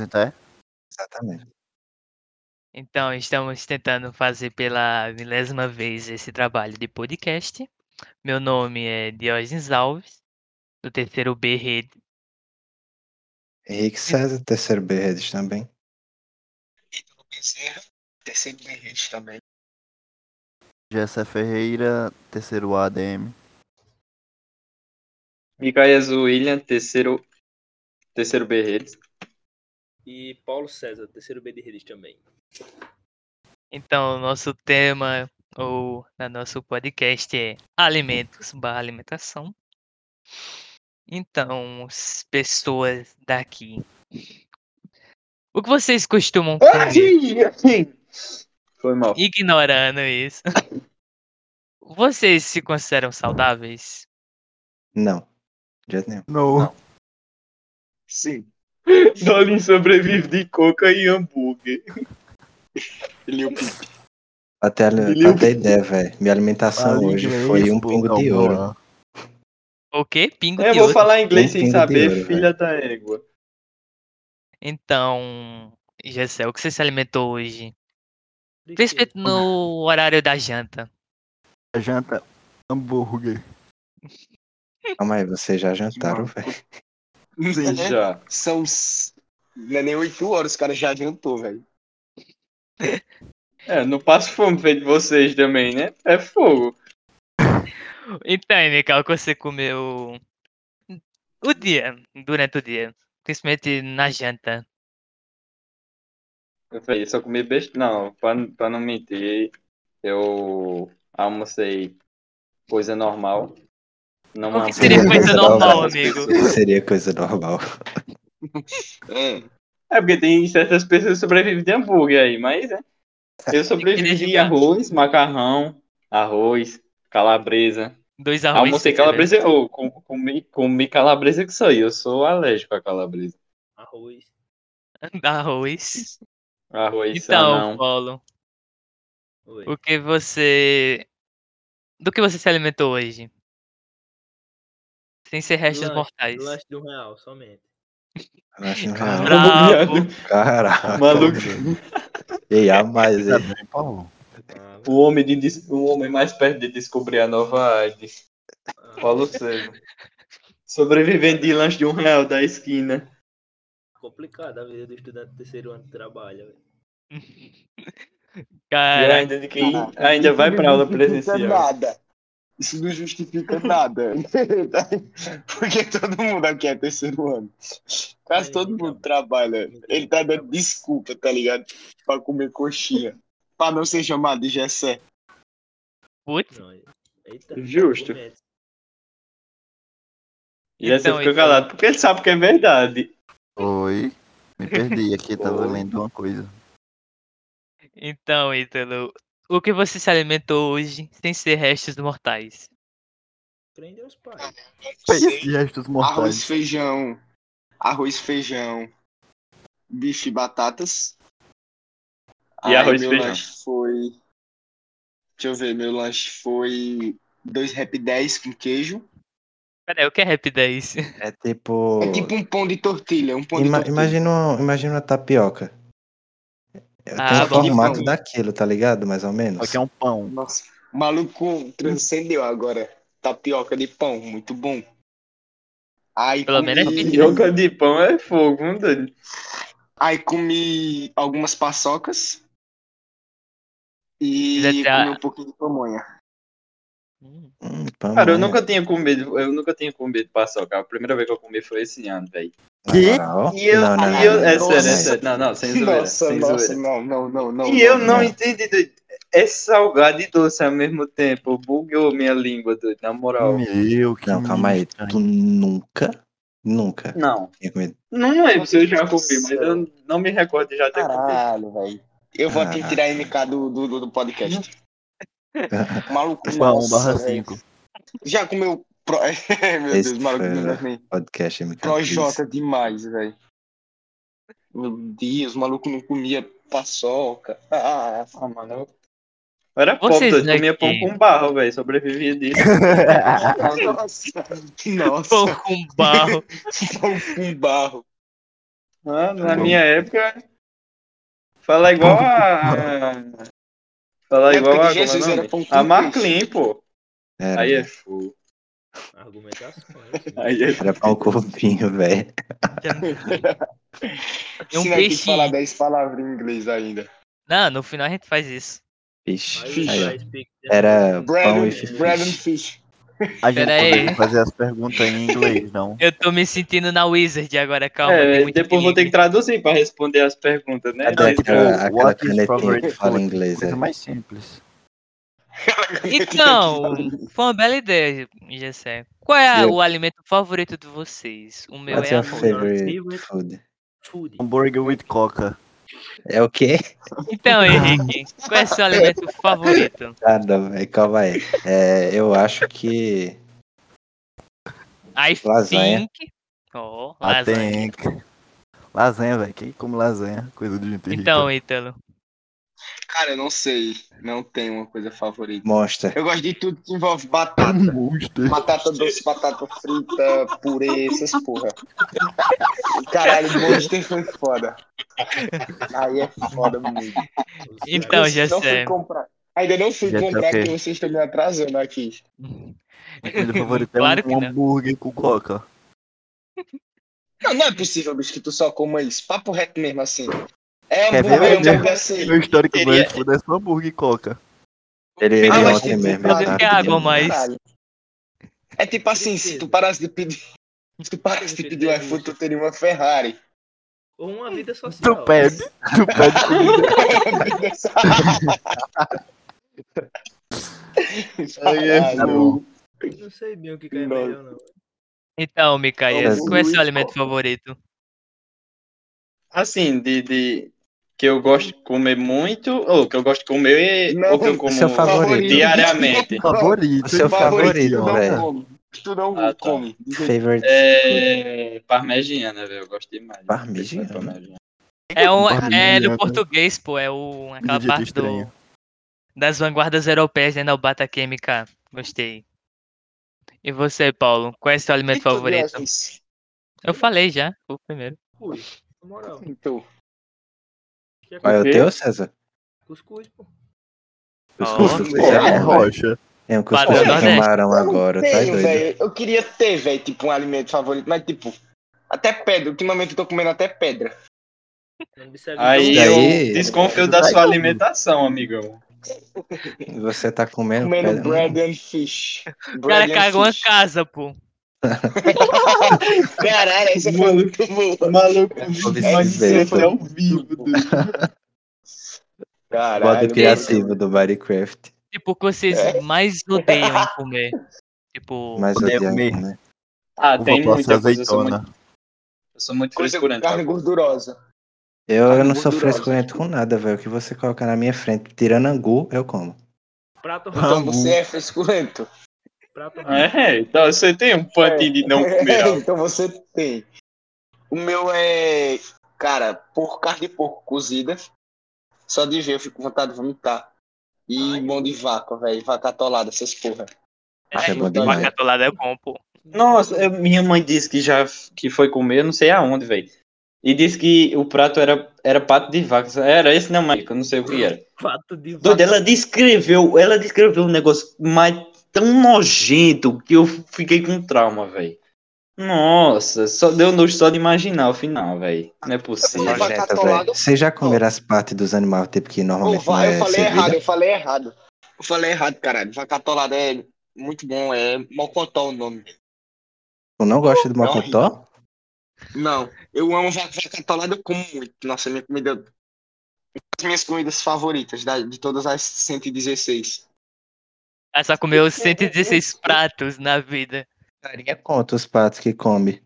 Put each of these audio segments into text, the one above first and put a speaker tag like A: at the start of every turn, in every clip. A: então é?
B: Exatamente.
C: Então, estamos tentando fazer pela milésima vez esse trabalho de podcast. Meu nome é Diógenes Alves, do terceiro B Rede.
B: Henrique César, terceiro B Redes também.
D: Ítalo Bezerra, terceiro B Redes também.
A: Jessé Ferreira, terceiro ADM.
E: Micaias William, terceiro, terceiro B Redes.
F: E Paulo César, terceiro B de redes também.
C: Então, nosso tema ou na nosso podcast é alimentos barra alimentação. Então, s- pessoas daqui. O que vocês costumam comer?
E: Foi mal.
C: Ignorando isso. Vocês se consideram saudáveis?
B: Não. De jeito nenhum.
A: Não.
D: Sim.
E: Dolin sobrevive de coca e hambúrguer. Ele é o
B: Até, ali,
E: Ele-
B: até ideia, velho. Minha
A: tá
B: alimentação hoje foi um pingo de ouro.
C: O quê? Pingo
E: Eu
C: de
E: É, vou
C: ouro.
E: falar inglês
B: Pingo
E: sem
B: de
E: saber,
B: ouro,
E: filha da égua.
C: Então, Gessé, o que você se alimentou hoje?
F: De quê?
C: Principalmente no horário da janta.
A: É Janta hambúrguer.
B: Calma aí, vocês já jantaram, velho.
A: Sim.
E: Já.
D: São. s- Não é nem 8 horas, o cara já adiantou, velho.
E: É, não passo fome feito vocês também, né? É fogo.
C: Então, Michael, o que você comeu o dia, durante o dia, principalmente na janta.
E: Eu falei, só comi besta. Não, pra, pra não mentir, eu almocei coisa normal. Não
C: O que
E: almocei-
C: seria coisa normal,
B: Não,
C: amigo?
B: Seria coisa normal.
D: É.
E: É porque tem certas pessoas que sobrevivem de hambúrguer aí, mas né? Eu sobrevivi de arroz, macarrão, arroz, calabresa.
C: Dois arroz.
E: Almocei calabresa, ou com- comi, comi calabresa que sou eu, eu sou alérgico a calabresa.
F: Arroz.
C: Arroz.
E: Arroz,
C: Então,
E: salmão.
C: Paulo,
F: Oi.
C: o que você... Do que você se alimentou hoje? Sem ser restos
F: Lanche,
C: mortais.
F: Lanche de um real, somente.
B: Eu acho
E: Caralho.
B: real.
C: Bravo.
B: Caraca.
E: Maluco,
B: E ah, a mais,
A: Ainda
B: hein?
A: bem, Paulo.
F: Ah,
E: o homem, de, des- o homem mais perto de descobrir a nova AIDS.
F: ah,
E: Paulo César. Sobrevivendo de lanche de um real da esquina.
F: ah, Complicada a vida do estudante do terceiro ano que trabalha. velho.
E: E
C: Cara,
E: ainda de quem Ah, ainda vai pra aula
D: Isso não
E: presencial.
D: justifica nada. Isso não justifica nada. Porque todo mundo aqui é terceiro ano. Quase todo mundo trabalha. Ele tá dando desculpa, tá ligado? Pra comer coxinha. Pra não ser chamado de Gessé.
C: putz,
F: Não, é, eita,
E: Justo.
F: argumento.
E: E aí você
C: Então,
E: ficou
C: então.
E: calado, porque ele sabe que é verdade.
A: Oi. Me perdi aqui, tava
E: Oi.
A: lendo uma coisa.
C: então, Ítalo, o que você se alimentou hoje sem ser restos mortais?
F: Prende os pais.
A: Esse gestos
D: Arroz,
A: mortais.
D: feijão. Arroz, feijão. Bife e batatas.
E: E arroz e
D: meu
E: feijão.
D: lanche foi. Deixa eu ver, meu lanche foi. Dois rap 10 com queijo.
C: Peraí, o que é rap 10?
B: É tipo.
D: É tipo um pão de tortilha, um pão
B: Ima-
D: de tortilha.
B: imagina, uma, imagina uma tapioca. Tem
C: Ah,
B: o
C: bom.
B: formato
D: Bom.
B: daquilo, tá ligado? Mais ou menos.
A: Só que é um pão.
D: Nossa, o maluco transcendeu agora. Tapioca de pão, muito bom. Aí
C: Pelo
D: comi,
C: menos é
E: Tapioca de pão é fogo, não doido.
D: aí comi algumas paçocas. E
C: Quiser ter é a-
D: comi um pouquinho de pamonha.
C: Hum,
B: Hum, pão,
E: Cara, eu
B: né?
E: nunca tinha comido, eu nunca tinha comido paçoca. A primeira vez que eu comi foi esse ano, velho.
B: Na
A: Que?
B: moral?
E: E eu,
B: Não, não,
E: e eu,
B: não,
E: é
B: não,
E: sério, é
B: não.
E: sério. Não, não, sem zoeira,
D: Nossa,
E: sem
D: nossa,
E: zoeira.
D: não, não, não, não.
E: E eu não
B: não.
E: entendi, doido. É salgado e doce ao mesmo tempo. Bugueou minha língua, doido, na moral.
A: Meu, que
B: Não, calma aí.
A: estranho.
B: Tu nunca, nunca
E: Não,
B: tinha comido.
E: não lembro se eu já comi, mas eu não me recordo de já ter comido.
D: Caralho, velho. Eu vou aqui
B: Ah.
D: tirar a MK do, do, do- do podcast. Maluco,
E: um
A: Pão
D: nossa,
A: barra
D: velho.
A: 5.
D: Já comeu. Pro... Meu
B: Esse
D: Deus, maluco,
B: foi-
D: não dá nem.
B: Podcast é MK.
D: Projota demais, velho. Meu Deus, o maluco não comia paçoca. Ah,
E: Ah, mano, eu... eu era pobre,
C: Vocês,
E: doido.
C: né,
E: Comia pão
C: que-
E: com barro, velho. Sobrevivia disso.
D: Ah, nossa, nossa,
C: Pão com barro.
D: pão com barro.
E: Ah, na
D: Tá
A: Bom.
E: minha época. Fala igual a. Fala
D: Na
E: igual
D: época
E: a.
D: de Jesus
E: como é o
D: era pão
E: nome?
D: com
E: A
D: peixe.
E: Maclean, pô.
B: Era,
E: Aí é fogo.
F: Argumentações.
E: Aí é
B: era pau corpinho, velho.
C: É um
D: Se vai ter que
C: peixe.
D: falar 10 palavras em inglês ainda.
C: Não, no final a gente faz isso.
B: Vixe.
D: Fish.
B: Aí, ó.
F: Aí, aí,
B: Era pau
E: um
D: Brandon,
B: e fifi.
D: Brandon Fish.
A: A gente
C: Pera aí.
A: poderia fazer as perguntas em inglês, não?
C: Eu tô me sentindo na Wizard agora, calma. tem
E: É,
C: muito
E: depois vou ter que
C: perigo.
E: traduzir pra responder as perguntas, né?
A: É,
D: tá,
B: Cadê
A: Não,
B: aquela,
A: tipo,
B: aquela
A: what is
B: canetinha
A: favorite
B: que fala
A: food?
B: inglês?
A: Coisa
B: É?
A: mais simples.
D: um
C: Então, foi uma bela ideia, Gessé. Qual é
B: Eu-
C: o alimento favorito de vocês? O meu
B: What's
C: é
B: your
C: arroz.
B: favorite food?
F: Food.
A: Hambúrguer with coca.
B: É o quê?
C: Então, Henrique, qual é o seu alimento favorito?
B: Nada, velho. Calma aí. É, eu acho que.
C: I
B: Lasanha.
C: think. Oh, lasanha.
A: Lasanha. Ah, Lasanha, velho. Quem come lasanha? Coisa de gente rica.
C: Então, Ítalo.
D: Cara, eu não sei. Não tem uma coisa favorita.
B: Monster.
D: Eu gosto de tudo que envolve batata.
A: Monster.
D: Batata doce, batata frita, purê, essas porra. Caralho, Monster foi foda. Aí é foda muito.
C: Então,
D: Eu
C: já
D: não fui
C: sei.
D: comprar. Ainda não fui
A: Já tá
D: comprar,
A: ok.
D: que vocês né, estão me atrasando aqui.
A: Meu comida favorita é
C: Claro
A: um,
C: que não.
A: hambúrguer com coca.
D: Não, não é possível, bicho, que tu só coma isso. Papo reto mesmo assim. É
A: Quer ver,
D: hambúrguer,
A: Roger?
D: hambúrguer assim.
A: Meu histórico
E: Ele
A: grande foi desse hambúrguer e coca.
B: Ele, ele
D: Ah, mas
B: ontem
D: tem que
B: mesmo.
D: falar
B: ele
D: do
B: tava
D: que
C: água,
B: pedindo.
C: mas-
D: Caralho. É tipo assim, se tu parasse de pedir. Se tu parasse de pedir um iFood, tu teria uma Ferrari.
F: Ou uma vida social.
A: Tu pede. Tu pede comida.
D: Caralho.
A: Tá bom.
F: Não sei bem o que que é
D: Não.
F: melhor, não.
C: Então, Micael,
B: Vamos
C: qual é o seu
D: Luiz,
C: alimento favorito?
E: Assim, de, de- que eu gosto de comer muito, ou que eu gosto de comer,
D: Não, é
E: ou que eu como
B: seu favorito.
E: diariamente.
A: Favorito.
B: O seu
A: é hein?
B: favorito,
A: ó.
B: velho.
D: Come. Tu não
E: Ah, tá.
D: come.
B: Favorite food.
E: É. Parmegiana, velho. Eu gosto demais.
B: Parmegiana?
C: É, um,
A: Barulho,
C: é do
A: né?
C: português, pô. É o, aquela
A: Medida
C: parte do,
A: estranha.
C: das vanguardas europeias dentro da Albata Química. Gostei. E você, Paulo? Qual é o seu alimento
D: Tu não
C: favorito?
D: assiste.
C: Eu falei já, o primeiro.
F: Cuscuz. Na moral.
D: Então,
F: Que é
B: Qual é o
E: Quê?
B: teu, César?
F: cuscuz, pô.
C: Ó,
A: Cuscuz é rocha.
B: É um cuscuz
C: Padrão
B: de
C: Nordeste.
B: camarão
D: eu não
B: agora, tá
D: tenho,
B: doido?
D: velho. Eu queria ter, velho, tipo, um alimento favorito, mas tipo, até pedra. Ultimamente eu tô comendo até pedra.
F: Não observe
E: Aí
B: Isso
F: nada.
E: eu
B: daí-
E: desconfio da sua alimentação, amigão.
B: Você tá comendo.
D: comendo
B: pedra-
D: bread and fish.
C: O cara
D: Bread and
C: cagou uma
D: fish.
C: casa, pô.
D: Caralho, é essa foi
E: Mano,
D: muito boa.
E: Maluco,
D: é
B: vice-versa.
E: foi ao vivo. doido.
D: Caralho.
B: Modo criativo do Bodycraft.
C: Tipo, o que vocês mais odeiam em comer. Tipo,
B: Mas eu
A: Poder
B: tenho
A: comer.
B: né?
E: Ah,
A: Uva
E: tem
A: passa
E: muita coisa. Eu sou
A: azeitona.
E: muito, eu sou muito
D: Coisa
E: frescurante.
D: carne gordurosa.
B: Eu,
D: Carne
B: eu não sou
D: gordurosa.
B: frescurento com nada, velho. O que você colocar na minha frente, tirando angu, eu como.
F: Prato
D: Então
A: Hum.
D: você é frescurento.
F: Prato
E: É, então você tem um punch de não comer algo.
D: então você tem. O meu é, cara, por carne de porco cozida. Só de ver eu fico com vontade de vomitar. E mão de vaca, velho. Vaca atolada, essas porra.
B: Acho
C: é,
B: bom
C: o
B: demais.
C: bacatolado é bom, pô.
E: Nossa, eu- minha mãe disse que já que foi comer, eu não sei aonde, velho. E disse que o prato era, era pato de vaca. Era esse não, mãe, que eu não sei o que era.
F: Fato de
E: Doido, ela descreveu, ela descreveu um negócio mais tão nojento que eu fiquei com trauma, velho. Nossa, só deu nojo só de imaginar o final, velho. Não é possível.
D: Vaca
B: Nojenta,
D: atolada.
B: velho. Vocês já comeram as partes dos animais, tipo, que
D: Pô,
B: normalmente não
D: vai, eu
B: é
D: falei errado,
B: servida?
D: eu falei errado. Eu falei errado, caralho. Vaca atolada é muito bom, é mocotó o nome.
B: Tu Tipo, não gosta
D: é
B: do mocotó?
D: Não, eu amo vaca, vaca atolada, eu como muito. Nossa, minha comida. Uma das minhas comidas favoritas, da- de todas as 116.
C: Ela só comeu 116 pratos na vida.
B: Daria conta os patos que come.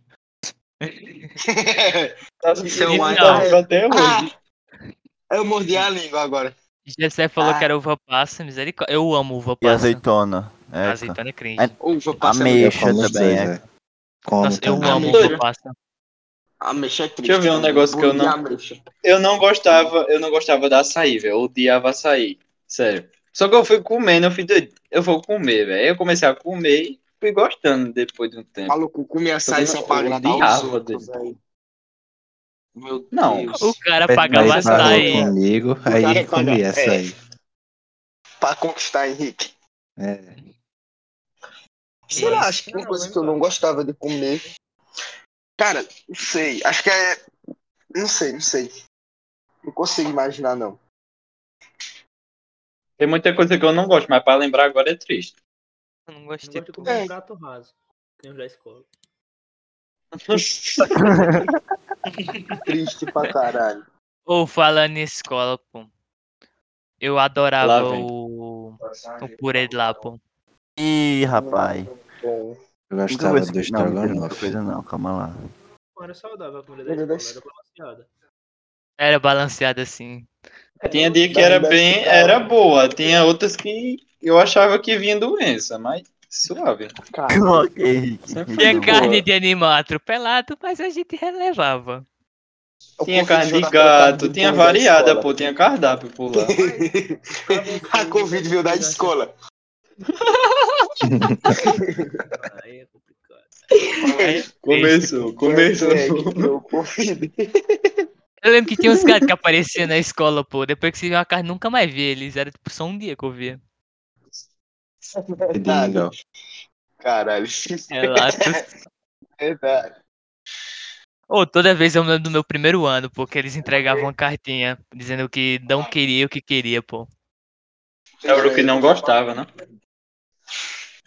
D: Então,
C: Então,
D: aí-
E: até hoje.
D: ah, eu mordi a língua agora.
C: Gessé falou
D: Ah.
C: que era uva passa, misericórdia. Eu amo uva
A: E
C: passa.
A: azeitona. É,
C: Azeitona é cringe.
A: Ai,
D: Uva passa
B: Eu
A: Ameixa
B: como os
A: também
B: dois,
A: é.
B: velho. Como
C: Nossa, eu
B: também.
C: amo
E: Doido.
C: uva passa.
D: Ameixa é triste.
E: Deixa eu ver um negócio que eu não-
D: Ameixa.
E: Eu não gostava, eu não gostava da açaí, velho. Eu odiava açaí. Sério. Só que eu fui comendo, eu fui doido. Eu vou comer, velho. Aí Eu comecei a comer e fui gostando depois de um tempo.
D: Maluco, comi açaí
E: Eu
D: só
E: não-
D: pra
E: eu
D: agradar os
E: odiava
D: outros, velho. Meu
E: Não.
D: Deus.
C: O cara
A: Mas
C: pagava
A: vai
B: Mas falou
C: açaí.
B: comigo, aí
D: cara
B: ele
D: paga-
B: comi essa
D: é.
B: aí.
D: Pra conquistar Henrique.
B: É.
D: Sei lá,
C: Isso,
D: acho que é uma
F: não,
D: coisa
F: né,
D: que eu não
F: cara?
D: gostava de comer. Cara, não sei. Acho que é. Não sei, não sei. Não consigo imaginar, não.
E: Tem muita coisa que eu não gosto, mas pra lembrar agora é triste.
C: Eu não
F: Eu
C: gostei.
F: gosto de
C: pô.
F: comer um
D: É.
F: prato raso. Tem os da escola.
D: Triste pra caralho.
C: Ou falando em escola, pô. Eu adorava
E: Lá vem.
C: o, o purê de lá, pô.
A: Ih, rapaz.
D: Bom,
B: Eu
A: Nunca
B: gostava
A: vou esque-
B: do
A: não, não, não,
B: estrogonofe.
A: coisa não, calma lá.
F: Não era é saudável a comida
D: Comida da
F: da escola, era balanceada.
C: Era balanceado assim.
E: Tinha dia que era bem, era boa. Tinha outras que eu achava que vinha doença, mas suave.
D: cara.
A: Coloque, Henrique.
E: Sempre
A: Henrique,
C: Tinha
A: não.
C: carne de animal atropelado, mas a gente relevava.
D: eu
E: Tinha carne é de
D: confesso que eu tava
E: gato,
D: com
E: tinha
D: bom da
E: variada,
D: escola.
E: pô, tinha cardápio por lá.
F: Pra você,
D: A Covid veio da escola.
F: Aí é complicado.
E: É, Começou,
D: é
E: começou.
D: Eu Covid.
C: Eu lembro que tinha uns gatos que apareciam na escola, pô. Depois que você viu a carne, nunca mais vi eles. Era tipo só um dia que eu via.
D: Nada.
B: Domingão.
D: Caralho. É
E: É.
C: Relatos.
D: Verdade.
C: Ou toda vez eu me lembro do meu primeiro ano, pô, que eles entregavam uma cartinha dizendo que não queria o que queria, pô.
E: Era o que não gostava, né?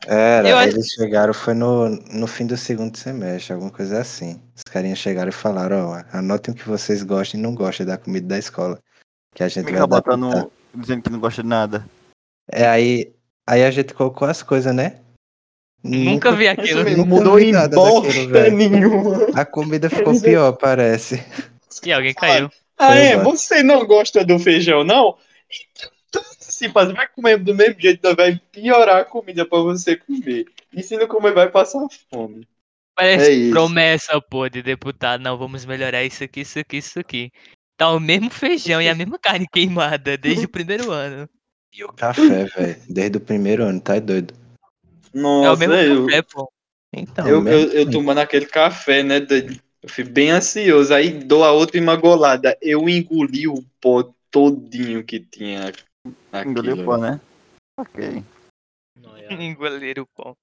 B: Era,
C: Eu acho-
B: eles chegaram, foi no, no fim do segundo semestre, alguma coisa assim. Os carinhas chegaram e falaram, ó, anotem o que vocês gostam e não gostam da comida da escola. Que a gente vai
A: Fica
B: dar
A: botando,
B: pitaco."
A: dizendo que não gosta de nada.
B: É, aí, aí a gente colocou as coisas, né?
C: Nunca vi aquilo.
B: Nunca vi nada daquilo, velho.
E: nenhuma.
D: né?
B: A comida ficou pior, parece.
C: E alguém caiu.
E: Ah, é?
B: Exato.
E: Você não gosta do feijão, não? Então, assim, mas vai comer do mesmo jeito, mas vai piorar a comida pra você comer. E se não comer, vai passar fome. É
C: Parece
E: isso.
C: promessa, pô, de deputado. Não, vamos melhorar isso aqui, isso aqui, isso aqui. Tá o mesmo feijão e a mesma carne queimada desde o primeiro ano.
B: E o café, velho, desde o primeiro ano, tá doido.
E: Nossa,
C: é o mesmo
E: eu,
C: café, pô.
B: Então,
E: eu,
B: mesmo
E: eu, eu
B: assim,
E: tomando aquele café, né? doido? Eu fui bem ansioso. Aí dou a última golada. Eu engoli o pó todinho que tinha.
A: Engoliu o
E: Aquilo.
A: pó, né? Ok.
F: Não, é.
C: Engolir o pão.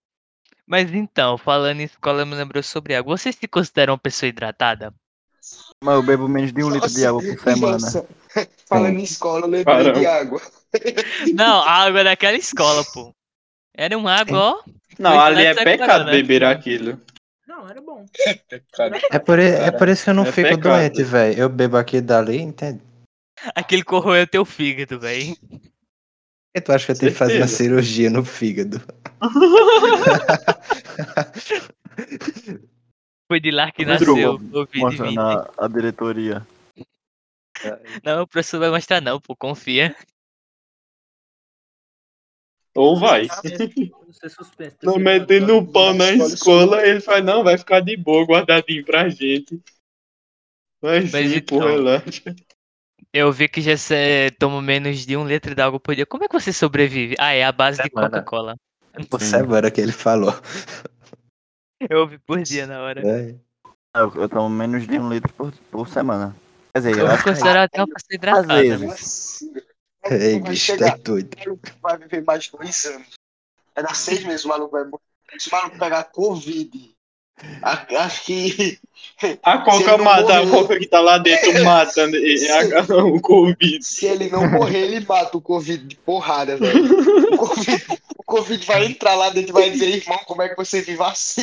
C: Mas então, falando em escola, me lembrou sobre água. Vocês se consideram uma pessoa hidratada?
A: Mas eu bebo menos de um litro de água por semana.
D: Nossa. Falando em escola, eu lembrei
E: Caramba.
D: de água.
C: Não, a água é daquela escola, pô. Era uma água, ó.
E: Não, ali é
C: Mas vai
E: pecado
C: separando, né?
E: beber aquilo.
F: Não, era bom.
B: É por, i- é
E: Cara,
B: por isso que eu não
E: é
B: fico
E: pecado.
B: doente, velho. Eu bebo aqui e dali, entende?
C: Aquele corroeu teu fígado, velho.
B: E tu acha que eu tenho que fazer uma
E: Certeza.
B: cirurgia no fígado?
C: Foi de lá que
A: Pedro,
C: nasceu o
A: vamos
C: Covid.
A: Mostrando a, a diretoria.
B: É,
C: Não, o professor vai mostrar, não, pô, confia.
E: Ou vai.
F: Você suspense.
E: Não é
F: terceiro
E: metendo
F: ano,
E: o pau na
D: escola,
E: escola, ele faz, não, vai ficar de boa, guardadinho pra gente. Mas,
C: Mas
E: sim,
C: então.
E: porra, lá.
C: Eu vi que já você toma menos de um litro d'água por dia. Como é que você sobrevive? Ah, é a base de
B: Semana.
C: Coca-Cola.
B: Por
A: Sim.
B: semana que ele falou.
C: Eu ouvi por dia na hora.
B: É.
A: Ah, Eu, eu tomo menos de um litro por, por semana. Quer dizer, eu
C: Eu me
A: acho que
C: considero até uma pessoa
A: às
C: hidratada. né?
A: vezes.
D: Nossa.
B: Ei,
D: vai
B: bicho,
D: chegar.
B: tá doido.
D: Vai viver mais dois anos. Vai dar seis meses, o maluco vai morrer. Se o maluco pegar Covid, a- acho que.
E: A
D: Se
E: coca
D: ele não
E: mata, a
D: morrer.
E: coca que tá lá dentro matando e- a- o Covid.
D: Se ele não morrer, ele mata o Covid de porrada, velho. O Covid, o Covid vai entrar lá dentro e vai dizer, irmão, como é que você vive assim?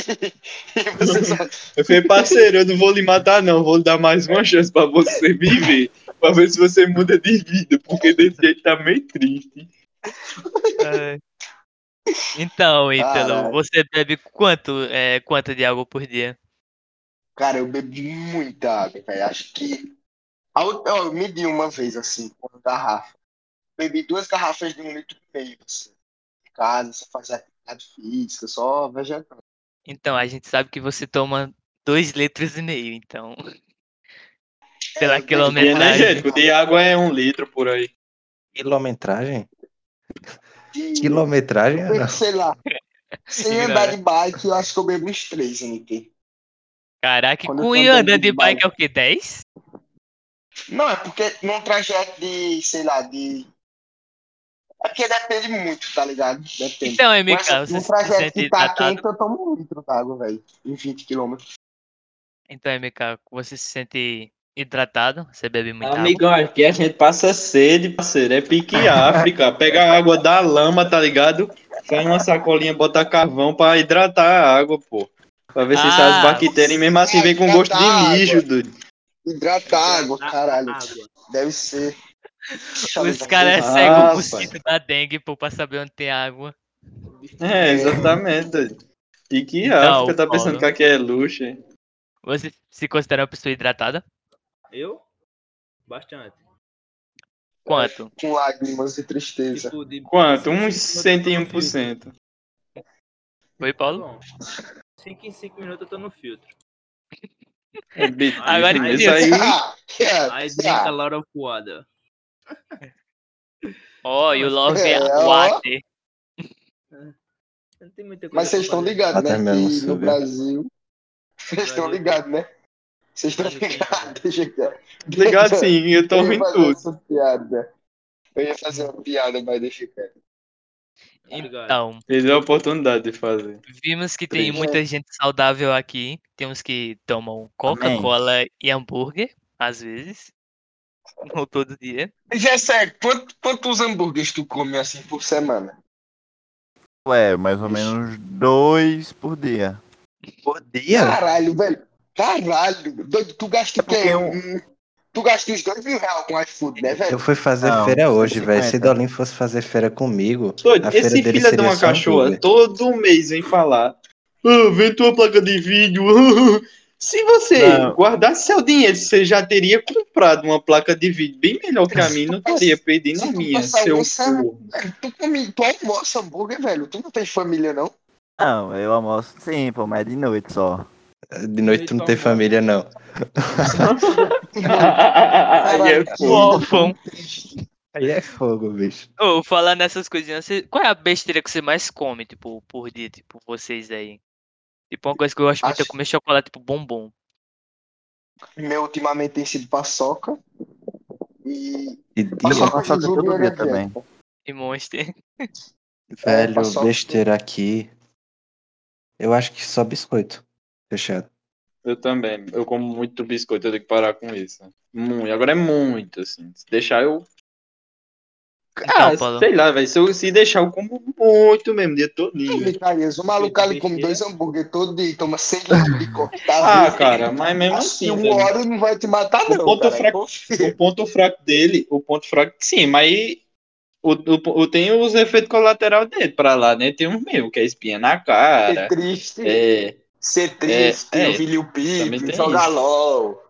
D: E você só...
E: Eu falei, parceiro, eu não vou lhe matar, não. Vou lhe dar mais uma chance pra você viver. Pra ver se você muda de vida, porque desse jeito tá meio triste.
C: Ai. É. Então, Ítalo,
D: Caralho.
C: você bebe quanto, é, quanto de água por dia?
D: Cara, eu bebo muita água, velho. Acho que. a ú- ó, Eu medi uma vez, assim, com uma garrafa. Bebi duas garrafas de um litro e meio, assim. Em casa, só fazer atividade física, só vegetando.
C: Então, a gente sabe que você toma dois litros e meio, então. Pela
E: E
D: eu bebo Metade.
C: quilometragem.
E: energético, de água é um litro por aí.
B: Quilometragem?
D: de-
B: Quilometragem?
D: eu
B: Ah,
D: bebo,
B: não.
D: sei lá. Sem
C: Ignora.
D: andar de bike, eu acho que eu bebo uns três, NT.
C: Caraca, e
D: Quando eu
C: com
D: tô
C: o
D: andando
C: andando de
D: de
C: bike
D: bike.
C: é o quê? 10?
D: Não, é porque num trajeto de, sei lá, de. É porque depende muito, tá ligado? Depende.
C: Então, MK,
D: Mas
C: você
D: num
C: se
D: trajeto
C: sente
D: que tá
C: tratado.
D: quente, eu tomo um litro d'água, velho. Em 20 quilômetros.
C: Então, MK, você se sente hidratado? Você bebe muita água?
E: Amigão, aqui a gente passa sede, parceiro. É pique África. Pega a água da lama, tá ligado? Faz uma sacolinha, bota carvão pra hidratar a água, pô. Pra ver se sai as
C: Ah,
E: bactérias e mesmo assim vem com gosto
D: hidratar a
E: de mijo,
D: água.
E: dude.
D: Hidrata a água,
F: A- a-
D: caralho.
F: água.
D: Deve ser.
C: Os é caras
E: Ah,
C: cegam pro
E: rapaz.
C: sítio da dengue, pô, pra saber onde tem água.
E: É, exatamente, doido. Pique
C: Não,
E: África, tá pensando
C: Paulo.
E: que aqui é luxo, hein?
C: Você se considera uma pessoa hidratada?
F: Eu? Bastante.
C: Quanto?
D: Com lágrimas e tristeza.
F: Tipo, de
E: Quanto?
F: cinco em
E: Uns
F: cinco minutos eu tô no filtro.
E: 101%.
C: Foi,
F: Tá
C: Paulo?
F: bom. 5 em 5 minutos eu tô no filtro.
E: É bicho,
C: Agora entendi.
E: bicho, isso aí.
D: Ah, é. tá.
F: I drink a lot of water.
C: Oh, you love
D: É, ó.
C: water.
F: Não tem muita coisa
D: Mas vocês
F: pra
D: estão
F: fazer. tá
D: ligados, né?
B: Até mesmo
D: Que no
B: subiu.
D: Brasil. Vocês estão
F: Brasil.
D: ligados, né? Vocês estão
F: Brasil tem
D: ligados, gente.
E: Ligado sim, eu tô
D: Eu ia
E: rindo
D: fazer
E: tudo.
D: essa piada. Eu ia fazer uma piada, mas deixa quieto.
F: Obrigado.
C: Então,
E: Teve a oportunidade de fazer.
C: vimos que tem
D: Triste. né?
C: muita gente saudável aqui. Tem uns que tomam Coca-Cola e hambúrguer, às vezes. Não todo dia.
D: Já é sério, quanto- quantos hambúrgueres tu come assim por semana?
A: Ué, é mais ou
D: Ixi.
A: menos dois por dia. Por dia?
D: É. Caralho, velho. Caralho, doido, tu gasta o quê?
A: Porque eu-
D: Um- Tu gasta uns dois mil reais com iFood, né, velho?
B: Eu fui fazer
A: Não,
B: feira hoje, velho.
A: 150.
B: Se Dolinho fosse fazer feira comigo,
E: Doido,
B: a feira
E: esse
B: dele
E: filho de
B: seria
E: uma
B: só um
E: cachorra
B: hambúrguer.
E: todo mês vem falar. "Ah, vem tua placa de vídeo. Se você
A: Não.
E: guardasse seu dinheiro, você já teria comprado uma placa de vídeo bem melhor que a minha, não estaria perdendo a
D: Se tu
E: minha,
D: passar
E: seu
D: isso, é-
E: porra.
D: Velho, Tu, come, tu almoça hambúrguer, velho. Tu não tem família, não?
A: Não, eu almoço sim, pô, mas de noite só.
B: De noite tu não tem família, não.
E: Aí é
D: Caralho.
E: foda.
C: Órfão.
B: Aí é fogo, bicho.
C: Ô, falando nessas coisinhas, você- qual é a besteira que você mais come, tipo, por dia, tipo, vocês aí? Tipo, uma coisa que eu gosto muito é
D: Acho-
C: comer chocolate, tipo, bombom.
D: Meu ultimamente tem sido paçoca. E.
B: E dia,
A: Eu
D: Paçoca
A: como paçoca
D: com
A: todo
D: jujuba e
A: dia também.
D: energético.
C: E monster.
D: É,
B: velho,
D: paçoca.
B: besteira aqui. Eu acho que só biscoito. Fechado.
E: Eu também. Eu como muito biscoito, eu tenho que parar com isso. Muito. Agora é muito, assim. Se deixar eu.
C: Então,
E: Ah,
C: Paulo.
E: sei lá, velho. Se, eu- se deixar eu como muito mesmo, o dia
D: É,
E: todinho.
D: Micaelias, o maluco ali come dois hambúrguer todo dia, toma 100 litros de coca.
E: Ah, cara, mas mesmo assim.
D: assim, um
E: velho.
D: óleo não vai te matar,
E: O
D: não.
E: ponto
D: cara.
E: fraco-
D: Confia.
E: O ponto fraco dele, o ponto fraco, sim, mas o, o, o- tem os efeitos colaterais dele pra lá, né? Tem uns meio que é espinha na
D: Ser
E: cara.
D: triste,
E: É.
D: ser triste,
E: é, é.
D: ouvir o
E: Também
D: Pipe,
E: tem
D: jogar
E: isso.
D: LOL.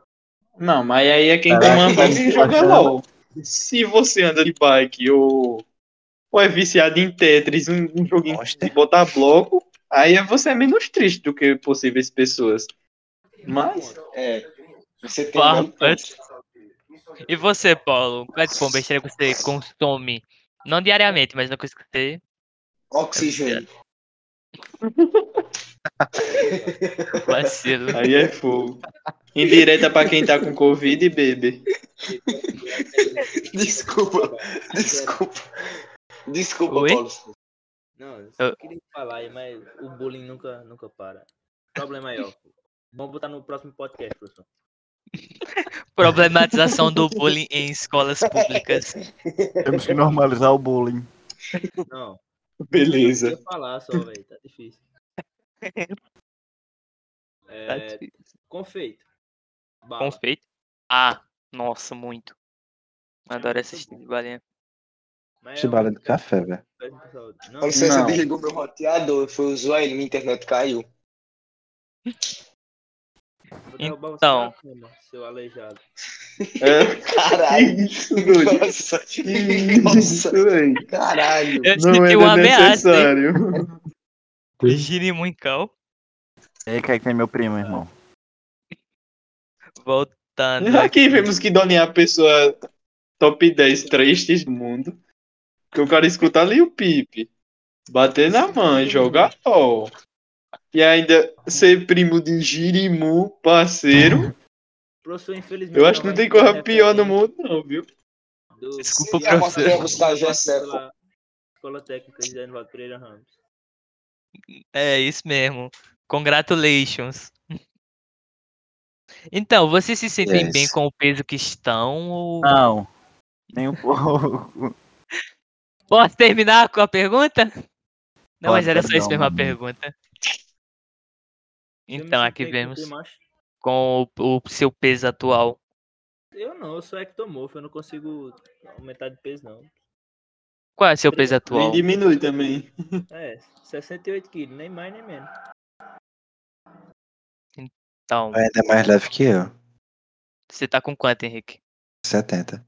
E: Não, mas aí é quem
A: Tá,
E: toma
D: é.
E: hambúrguer e joga
A: Achando.
E: LOL. Se você anda de bike ou, ou é viciado em Tetris, um, um joguinho
B: Monster.
E: de botar bloco, aí é- você é menos triste do que possíveis pessoas. Mas,
D: É. Você tem um belo ponto.
C: Farpas. E você, Paulo? Qual é, tipo, uma besteira que você consome? Não diariamente, mas uma coisa que você... é,
D: oxigênio.
C: Vacilo.
E: aí é fogo. Indireta pra quem tá com Covid e bebe.
C: é.
D: Desculpa, desculpa. Desculpa,
C: Oi?
D: Paulo.
F: Não, eu só
C: Eu-
F: queria falar aí, mas o bullying nunca, nunca para. Problema aí, ó. Vamos botar no próximo podcast, professor.
C: Problematização do bullying em escolas públicas.
A: Temos que normalizar o bullying.
F: Não, eu
E: Beleza.
F: queria falar só, velho. Tá difícil.
C: Tá
F: É,
C: difícil.
F: confeito. Bala.
C: Confeito? Ah, nossa, muito. Adoro
F: muito
C: esse
F: bom.
C: de balinha.
F: Mas
B: Este
F: é um
B: bala de café, velho.
F: péssimo pra saúde. Não,
D: Com licença,
E: Não.
D: desligou meu roteador, foi usar ele, minha internet caiu.
F: vou derrubar você
C: Então.
F: na cama, seu aleijado.
E: É.
D: Caralho.
E: Isso, doido.
D: Nossa, nossa, caralho.
C: Eu senti uma ameaça, hein? né?
A: hein?
C: Girimuncão.
A: E quer que tem meu primo, irmão?
C: Voltando
E: Aqui vemos que Doni é a pessoa top 10 tristes do mundo. Que o cara escuta ali o Pipe. Bater na mãe, jogar LOL. E ainda ser primo de Jirimu, parceiro.
F: Professor, infelizmente.
E: Eu acho que não
F: vai
E: tem
F: ter
E: coisa pior no
F: referência
E: mundo, não, viu?
F: do-
C: Desculpa,
D: Se a
C: professor.
D: matéria buscar José, pô.
F: pela Escola Técnica de Aníbal Pereira Ramos.
C: É isso mesmo. Congratulations. Então, vocês se sentem bem
B: Yes.
C: com o peso que estão ou.
A: Não. Nem um pouco.
C: Posso terminar com a pergunta? Não, mas
A: Pode,
C: era só isso
A: perdão,
C: mesmo a
A: mamãe.
C: pergunta.
F: Eu me
C: Então, aqui
F: sentei com o
C: vemos
F: Primacho.
C: com o, o seu peso atual.
F: Eu não, eu sou ectomorfo, eu não consigo aumentar de peso, não.
C: Qual é o seu peso
E: Nem
C: atual?
E: diminui também.
F: É, 68 quilos, nem mais nem menos.
C: Então,
B: Ainda é mais leve que eu.
C: você tá com quanto, Henrique?
B: 70.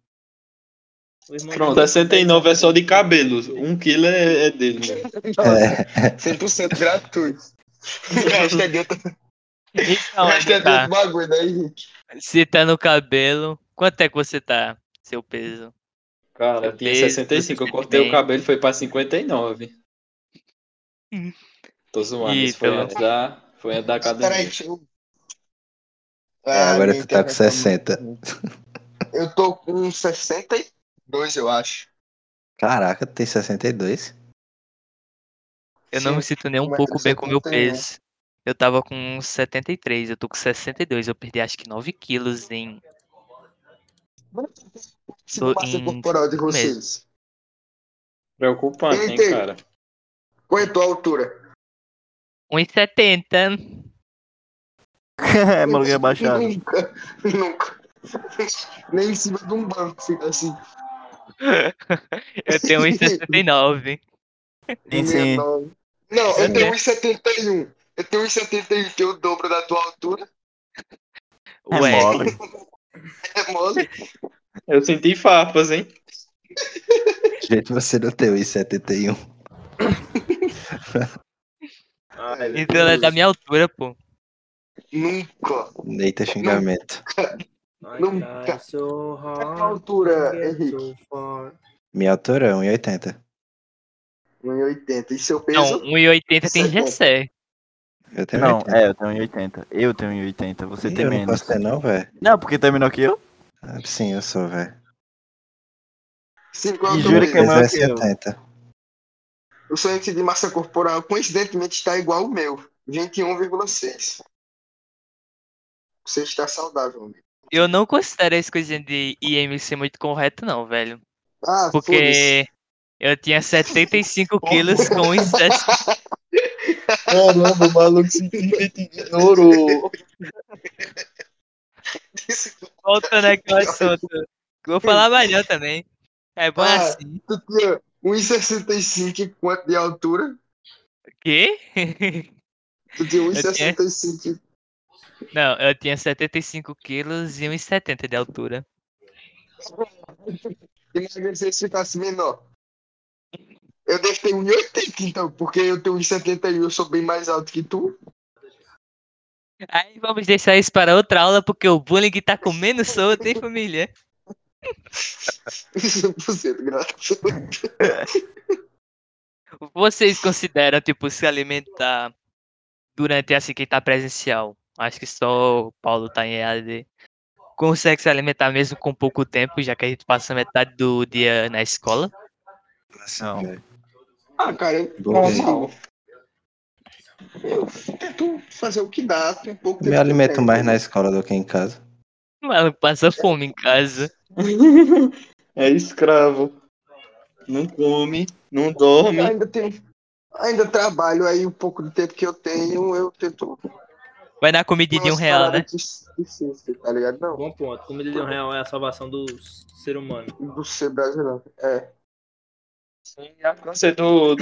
F: O irmão
E: Pronto,
F: dele-
E: 69 é só de cabelo. Um quilo é, é dele. né?
D: Nossa,
B: É.
D: 100% gratuito. Hashtag outro,
C: Então,
F: é
D: hashtag
C: tá.
D: outro bagulho daí, gente.
C: se tá no cabelo, quanto é que você tá? Seu peso?
E: Cara,
C: Seu
E: eu tinha
C: peso,
E: 65, eu
C: você
E: cortei
C: tem.
E: o cabelo foi pra 59.
C: Hum.
E: Tô zoando,
C: Ih,
E: isso foi
C: pelo-
E: antes da, foi antes da
D: Peraí,
E: academia.
D: deixa eu...
B: É,
D: Ah,
B: agora
D: minha
B: tu tá com
D: internet
B: 60.
D: Eu tô com 62, eu acho.
B: Caraca, tu tem 62?
C: Eu não
D: Sim,
C: me sinto nem um
D: um
C: pouco
D: metro e
C: bem com o meu
D: 71.
C: peso. Eu tava com 73, eu tô com 62. Eu perdi acho que 9 quilos em.
D: Se
C: Tô
D: massa
C: em
D: corporal de
C: cinco meses.
D: vocês.
E: Preocupante, hein,
D: Eita.
E: cara?
D: Qual é a tua altura?
C: 1,70.
A: é, maluco é baixado.
D: Nunca, nunca. Nem em cima de um banco fica assim.
C: Eu tenho 1,69.
A: Sim, sim.
D: Menor. Não, eu
C: Sim. né?
D: tenho 1,71. Eu tenho 1,71, que é o dobro da tua altura.
A: É
C: Ué,
A: mole.
D: É mole.
E: Eu senti farpas, hein?
B: Gente, você não tem 71.
F: Ah,
D: Velho,
C: então ela é da minha altura, pô.
D: Nunca.
B: Deita xingamento.
F: ai,
D: Não-
F: cara, so
D: Qual é a
F: hard
D: tua altura,
F: to get
D: Henrique?
F: so far.
B: Minha altura é 1,80.
D: 1,80. E seu
C: Não,
D: peso?
C: 1,80 tem Gessé.
B: Eu tenho
A: Não,
B: 80.
A: é, eu tenho 80. Eu tenho 80. Você
B: Ih,
A: tem
B: eu não
A: menos.
B: posso ter não, velho.
A: Não, porque tá menor que eu?
B: Ah, Sim, eu sou, velho.
D: Sim, qual é
A: Me
D: o
A: jura
D: teu
A: que é
D: peso?
B: Mas
A: maior
B: é
A: que eu.
B: 70.
D: O seu índice de massa corporal, coincidentemente, está igual ao meu. 21,6. Você está saudável, amigo.
C: Eu não considero essa coisinha de IMC muito correto, não, velho.
D: Ah, foda-se.
C: Porque eu tinha 75 quilos com 1,60.
E: Caramba, o maluco simplesmente ignorou.
C: Voltando aqui ao assunto. Vou falar mais não também. É bom
D: Ah.
C: assim.
D: Tu tinha 1,65 e quanto de altura?
C: Quê?
D: Tu tinha
C: tinha-
D: 1,65.
C: Não, eu tinha 75 quilos e 1,70 de altura.
D: Emagrecer se ficasse menor. Eu devo ter 1,80 então, porque eu tenho 1,71, eu sou bem mais alto que tu.
C: Aí vamos deixar isso para outra aula, porque o bullying tá comendo solto, hein, família?
D: 100% grato.
C: Vocês consideram, tipo, se alimentar durante assim que tá presencial? Acho que só o Paulo tá em EAD. Consegue se alimentar mesmo com pouco tempo, já que a gente passa metade do dia na escola?
A: Não.
B: velho.
D: Ah, cara, eu,
B: Bom,
E: Normal.
D: eu tento fazer o que dá, tem pouco
B: Me
D: tempo que eu
B: alimento
D: tenho.
B: mais na escola do que em casa.
C: Mano, passa fome em casa.
E: É escravo. Não come, não dorme.
D: Ainda tenho. Ainda trabalho aí um pouco do tempo que eu tenho, eu tento.
C: Vai dar comida de um
D: umas
C: real, né?
D: paradas de- de ciência, tá ligado? Não,
F: Bom ponto. Comida de um real é a salvação do s- ser humano.
D: do ser brasileiro. É.
E: Sim, a câncer do.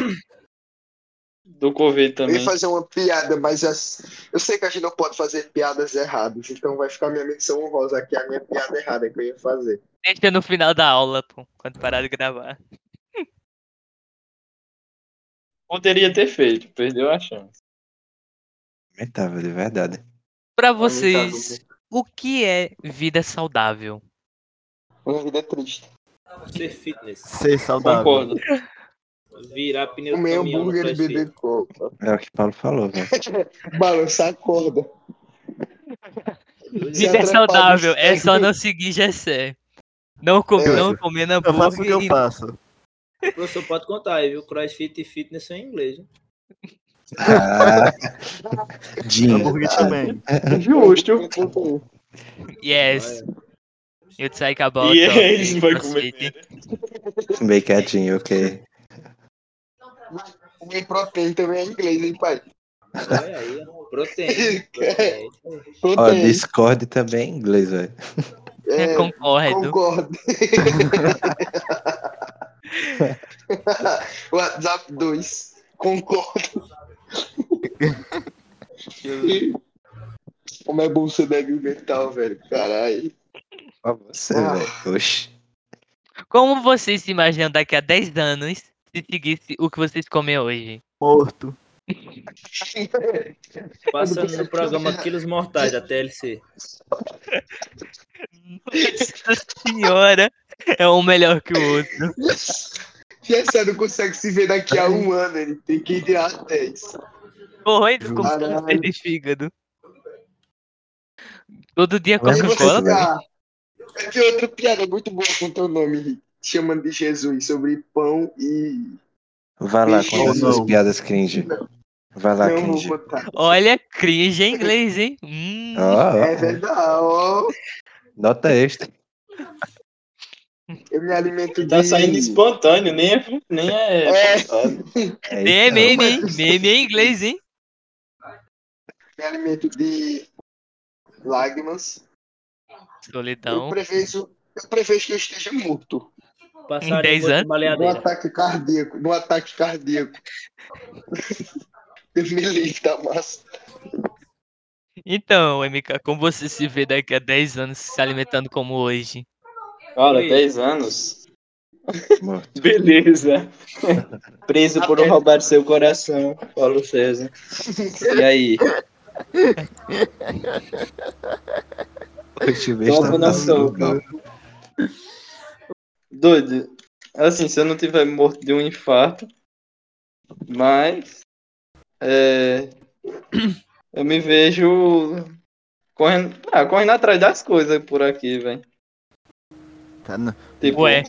E: Do Covid
D: Eu ia
E: também.
D: fazer uma piada, mas as- eu sei que a gente não pode fazer piadas erradas, então vai ficar minha menção honrosa aqui, a minha piada errada que eu ia fazer.
C: Deixa no final da aula, pô, quando parar de gravar.
E: Poderia ter feito, perdeu a chance.
B: Lamentável, de verdade.
C: Pra
D: Pra mim tá
C: vocês, o que é vida saudável?
D: Minha vida é triste.
F: Ser fitness.
A: Ser saudável.
E: Concordo.
F: Virar pneu de
D: Comer
F: caminhão no
D: hambúrguer e
F: crossfit.
D: beber coca.
B: né?
E: Tipo,
B: É o que o Paulo falou, velho.
D: Balançar a corda.
F: Dois
D: Se
C: Vida é
D: atrapalha
C: saudável,
A: né?
D: os
C: é só
D: técnicos.
C: não seguir Gessé. Não, com,
D: É,
C: não comer na
A: Eu faço o que eu
C: e-
A: faço.
F: Professor, pode contar aí, viu? Crossfit e fitness são em inglês. né?
B: Ah, Dinho,
A: Hambúrguer
B: tá.
A: também.
E: Justo.
C: Yes. You take a bottle.
E: E
A: é
E: eles
C: of
E: vai
C: CrossFit.
E: comer.
B: Bem quietinho, é ok.
D: O whey protein também é em inglês, hein, pai?
F: Olha aí, ó. proteína. né? proteína.
B: Ó,
D: Protein,
B: Discord também é inglês, velho.
D: é,
C: Concordo.
D: concordo. WhatsApp 2, concordo. Como é bom ser débil mental, velho. Caralho.
B: Pra você, é
D: Ah.
B: velho. Oxi.
C: Como vocês se imaginam daqui a 10 anos se seguisse o que vocês comem hoje?
A: Morto.
F: Passando no programa Quilos Mortais da TLC.
C: Nossa senhora, é um melhor que o outro.
D: Jessé não consegue se ver daqui
E: É.
D: a um ano, ele tem que ir a 10.
C: Correndo com
D: Caralho.
C: câncer de fígado. Todo dia
B: Mas
D: Eu vou
B: Coca-Cola,
C: Coca-Cola.
B: você-
D: ficar. Eu vi Ah, é outra piada muito boa com teu nome, Henrique, chamando de Jesus, sobre pão e.
B: Vai lá,
D: Vixe,
B: conta
A: não.
B: suas piadas cringe. Vai lá,
D: não
B: cringe.
D: vou botar.
C: Olha, cringe em inglês, hein? Hum,
B: Ó, ó,
D: É verdade, ó.
B: nota extra.
D: Eu me alimento
E: Tá
D: de.
E: saindo espontâneo, nem é. Nem é.
D: É.
E: forçado.
B: É
C: nem é
B: isso,
C: meme, hein? Meme em inglês, hein?
D: Me alimento de. Lágrimas. Eu
C: Solidão.
D: prevejo. Eu prevejo que eu esteja morto.
C: Em
F: Passarinho
C: 10
F: boi de
C: anos?
D: Num
F: baleadeira.
D: ataque cardíaco. Num ataque cardíaco. Deus me livre da massa.
C: Então, MK, como você se vê daqui a 10 anos se alimentando como hoje?
E: Cara,
F: Oi.
E: 10 anos.
B: mano.
E: Beleza. Preso por um roubar seu coração, Paulo César. E aí?
B: Oxi, besta
E: Topo na
B: tá sendo
E: sopa.
B: bom.
E: Doido. Assim, se eu não tiver morto de um infarto, mas é, eu me vejo correndo, ah, correndo atrás das coisas por aqui, velho.
A: Tá no-
E: Tipo,
C: Ué,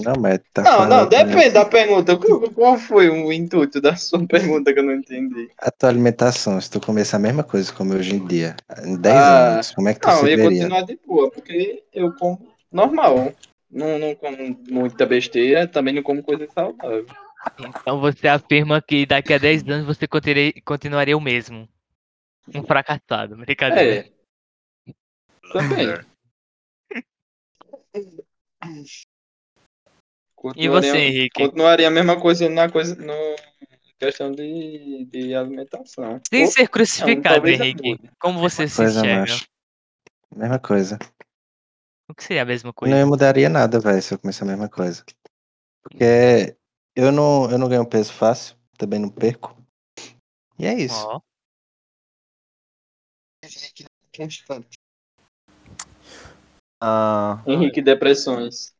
B: Não, mas tá
E: não,
B: falando
E: não,
B: que-
E: depende da pergunta. Qual qual foi o intuito da sua pergunta que eu não entendi?
B: A tua alimentação, se tu começar a mesma coisa que come hoje em dia, em 10
E: Ah,
B: anos, como é que tu
E: Não,
B: se
E: eu ia
B: veria?
E: continuar de boa, porque eu como normal. Não, não como muita besteira, também não como coisa saudável.
C: então você afirma que daqui a 10 anos você continue- continuaria o mesmo. Um fracassado, brincadeira.
E: É. Também.
C: E você, Henrique?
E: Continuaria a mesma coisa na coisa, no questão de, de alimentação.
C: Sem
E: Ou-
C: ser crucificado,
E: talvez eu
C: Henrique.
E: mude.
C: Como você se
B: Coisa
C: enxerga?
B: é, macho. Mesma coisa.
C: O que seria a mesma
B: Não é
C: coisa?
B: eu mudaria nada, velho, se eu começar a mesma coisa. Porque eu não, eu não ganho peso fácil, também não perco. E é isso.
C: Ó,
D: Constante.
A: Ah,
E: Henrique, depressões.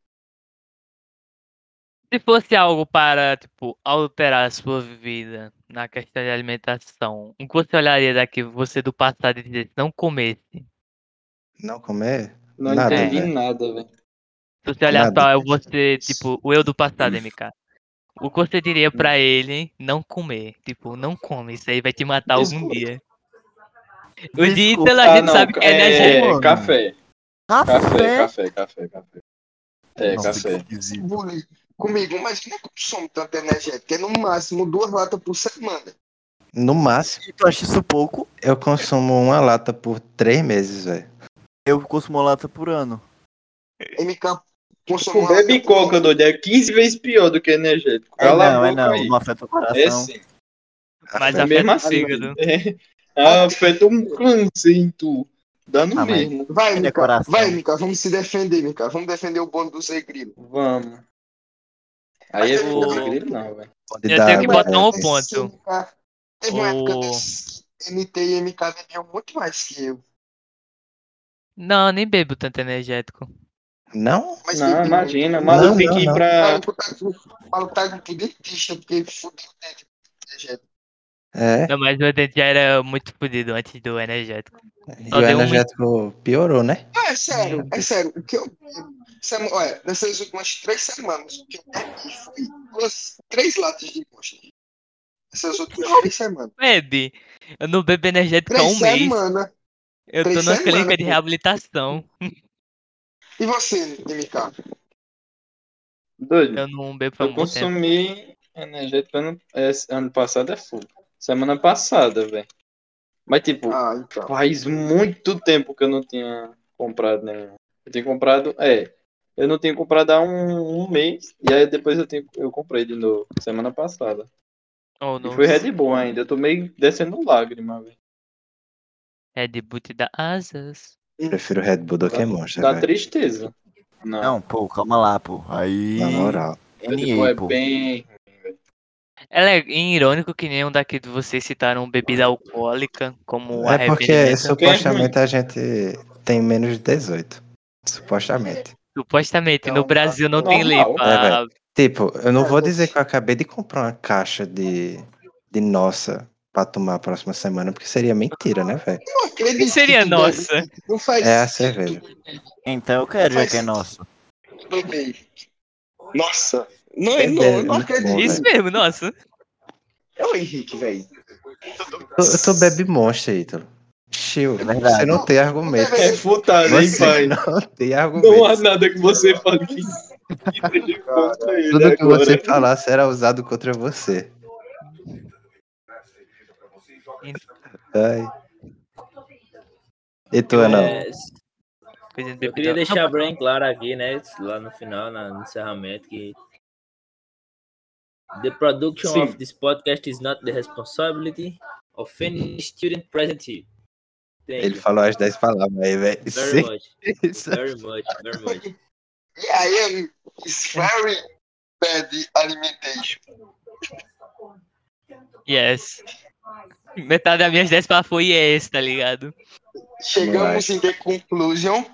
C: Se fosse algo para, tipo, alterar a sua vida na questão de alimentação, o que você olharia daqui, você do passado e dizer, não comesse?
B: Não comer?
E: Não
B: Nada,
E: entendi
B: velho.
E: nada, velho.
C: Se você olhar
B: Nada.
C: só, eu você, tipo, o eu do passado, MK. O que você diria pra ele não comer? Tipo, não come, isso aí vai te matar algum
E: Desculpa.
C: dia. O de
A: Desculpa.
C: Ítalo a gente
E: Ah, não,
C: sabe que é energético.
A: mano.
E: café. Café,
A: café.
E: café, café, café. É,
A: Nossa, que
E: café.
A: esquisito.
D: Bullying comigo, imagina que eu consumo tanta energética. É no máximo duas latas por semana.
B: No máximo,
A: E tu acha isso pouco?
B: eu consumo uma lata por três meses, velho.
A: Eu consumo lata por ano.
D: MK consome
E: Tu Tipo, Um bebe coca, doido, é 15 vezes pior do que energético. Cala
A: não,
E: a
A: é
E: boca
A: não.
E: aí.
A: Não afeta o coração.
E: É sim.
C: Mas
E: É
C: afeta
E: mesmo
C: o
E: assim.
C: fígado.
E: É, afeta um câncer em tu. Dá no
A: Ah, mas-
E: mesmo.
D: Vai,
A: É
D: MK.
A: decoração.
D: Vai, MK. Vamos se defender, MK. Vamos defender o bônus do Zé Grilo.
E: Vamos. Aí
D: Mas
E: é
C: o-
E: o... grilo não, velho.
B: Onde
C: Eu
B: dá
C: tenho que
B: água, né?
C: botar um
B: velho.
C: ponto.
D: Sim, MK. Teve uma
C: O-
D: época que MT e MK bebiam muito mais que eu.
C: Não, nem bebo tanto energético.
B: Não?
D: Mas
E: Não,
D: bebiam
E: imagina. O
D: muito.
E: maluco
B: Não,
E: tem que
B: não,
E: ir
B: não.
E: pra.
D: um é né, O maluco tá com- o maluco tá com dentista, porque ele fudeu o dente. com energético.
B: É,
C: Não, mas meu dente já era muito fodido antes do energético.
B: e
C: só deu
B: o
C: um-
B: energético piorou, né?
D: É sério, é sério. O que eu. Sem- Olha, nessas últimas três semanas, o que eu perdi foi duas, três latas de coxa. Essas últimas três semanas.
C: Bebe, eu não bebo energético há
D: Três
C: um mês.
D: semanas.
C: Eu tô
D: três
C: numa
D: semanas,
C: clínica de
D: pô.
C: reabilitação.
D: E você, MK?
E: Doido.
C: Eu não bebo há
E: Eu
C: muito tempo.
E: consumi energético ano, é, ano passado é fogo. Semana passada, velho. Mas, tipo,
D: Ah, então.
E: faz muito tempo que eu não tinha comprado nenhum. Eu tinha comprado, é. Eu não tinha comprado há um, um mês. E aí depois eu, tenho, eu comprei de novo, semana passada.
C: Oh,
E: E
C: não.
E: foi Red Bull ainda. Eu tô meio descendo lágrima, velho.
C: Red Bull te dá asas.
B: Prefiro Red Bull do que Monster,
E: Dá
B: velho.
E: tristeza. Não,
A: Não, pô, calma lá, pô. Aí.
B: Na moral.
E: Red
A: NA,
E: Bull é
A: pô.
E: bem.
C: Ela é irônico que nenhum daqui de vocês citaram bebida alcoólica como
B: É porque
C: Um arrependimento.
B: supostamente a gente tem menos de 18. Supostamente.
C: Supostamente, no
D: Então, tá
C: Brasil não tem lei
E: normal.
B: É,
C: pra...
B: velho. Tipo, eu não
D: É,
B: vou
D: eu-
B: dizer que eu acabei de comprar uma caixa de, de nossa pra tomar a próxima semana, porque seria mentira, né, velho?
D: Eu acredito
C: que seria
D: tu
C: nossa?
D: bebe- Não faz
B: É a
D: isso,
B: cerveja.
A: Então eu quero já que é nosso.
D: tu bebe. Nossa. Não,
B: É
D: eu não, eu não
B: muito bom, né?
D: acredito.
C: Isso mesmo, nossa.
D: É o Henrique, velho.
B: Tu, tu bebe Monster, Ítalo. Chill,
A: verdade.
B: você não tem argumento.
E: É futado, hein,
B: Você
E: pai?
B: não tem
E: Não há
B: argumento.
E: nada que você fale que que seja contra ele
B: Tudo que
E: agora.
B: você falar será usado contra você. Ai. E tu,
C: É,
B: não?
C: Coisa de
F: Eu
C: bebida.
F: queria deixar bem claro aqui, né? Lá no final, na- no encerramento, que the production
E: Sim.
F: of this podcast is not the responsibility of any student present here. Thank
B: Ele
F: you
B: falou as 10 palavras aí, velho.
F: very
B: Sim,
F: much,
B: isso.
F: very much, very much.
D: Yeah, I am. It's very bad alimentation.
C: Yes. Metade das minhas 10 para foi esse, tá ligado?
D: Chegamos em the conclusion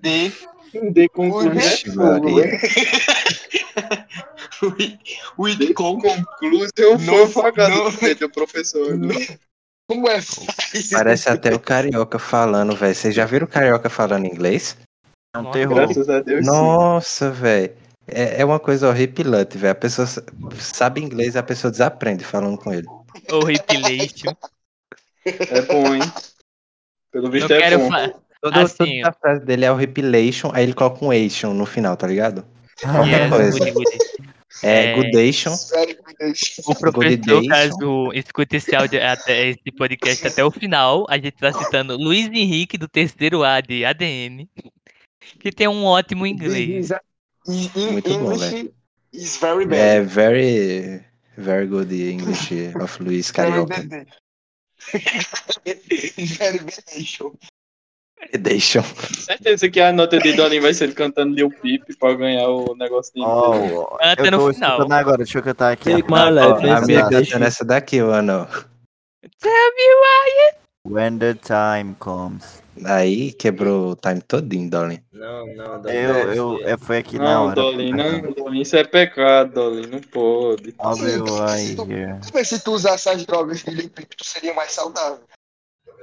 D: de
E: De conclusão é
B: Vixe,
E: fogo,
B: Maria.
E: hein?
D: we, we con-
E: Conclusão foi
D: Não,
E: o facado
D: não.
E: do Pedro, professor.
D: Como é fácil?
B: Parece até o carioca falando, velho. Vocês já viram o carioca falando inglês?
A: É um
C: Nossa,
A: terror.
E: Graças a Deus. sim.
B: Nossa, velho. É, é uma coisa horripilante, velho. A pessoa sa- sabe inglês, a pessoa desaprende falando com ele.
C: Ou repilation.
E: É bom, hein? Pelo
C: Não
E: visto é
C: quero
E: bom.
C: falar.
B: Todo,
C: Assim,
B: toda a frase dele é horripilation, aí ele coloca um ation no final, tá ligado?
C: yes,
B: coisa.
C: good, good.
B: É,
C: É.
B: goodation.
D: Sério, meu Deus.
C: O
B: Good
C: professor,
B: day,
C: caso escute esse, áudio, até, esse podcast até o final, a gente tá citando Luiz Henrique, do terceiro A de ADN, que tem um ótimo inglês.
D: In- in
B: Muito bom,
D: English
B: velho.
D: is very bad.
B: É very, very good English of Luiz
D: Very
B: Carioca.
D: bad. Very bad.
B: Deixam.
E: Certeza que a nota de Donnie vai ser ele cantando Lil Peep pra ganhar o negócio de inglês.
A: Oh,
C: Ela tá
A: eu
C: no
A: tô
C: final.
A: escutando agora, deixa eu cantar aqui.
G: Take my life
B: A
G: and take
B: minha
A: Abraço.
G: the
B: cantando
G: shit.
B: essa daqui, mano.
C: Tell me
A: When the time comes.
B: Aí quebrou o time todinho, darling.
F: Não, não, Dom,
A: Eu,
F: você-
A: eu, é, foi aqui na
E: Não,
A: hora.
E: Dolly, não, Dolly, isso é pecado, Dolly, não pode.
A: I'll be right here.
D: Mas se tu usasse as drogas de limpinho, tu seria mais saudável.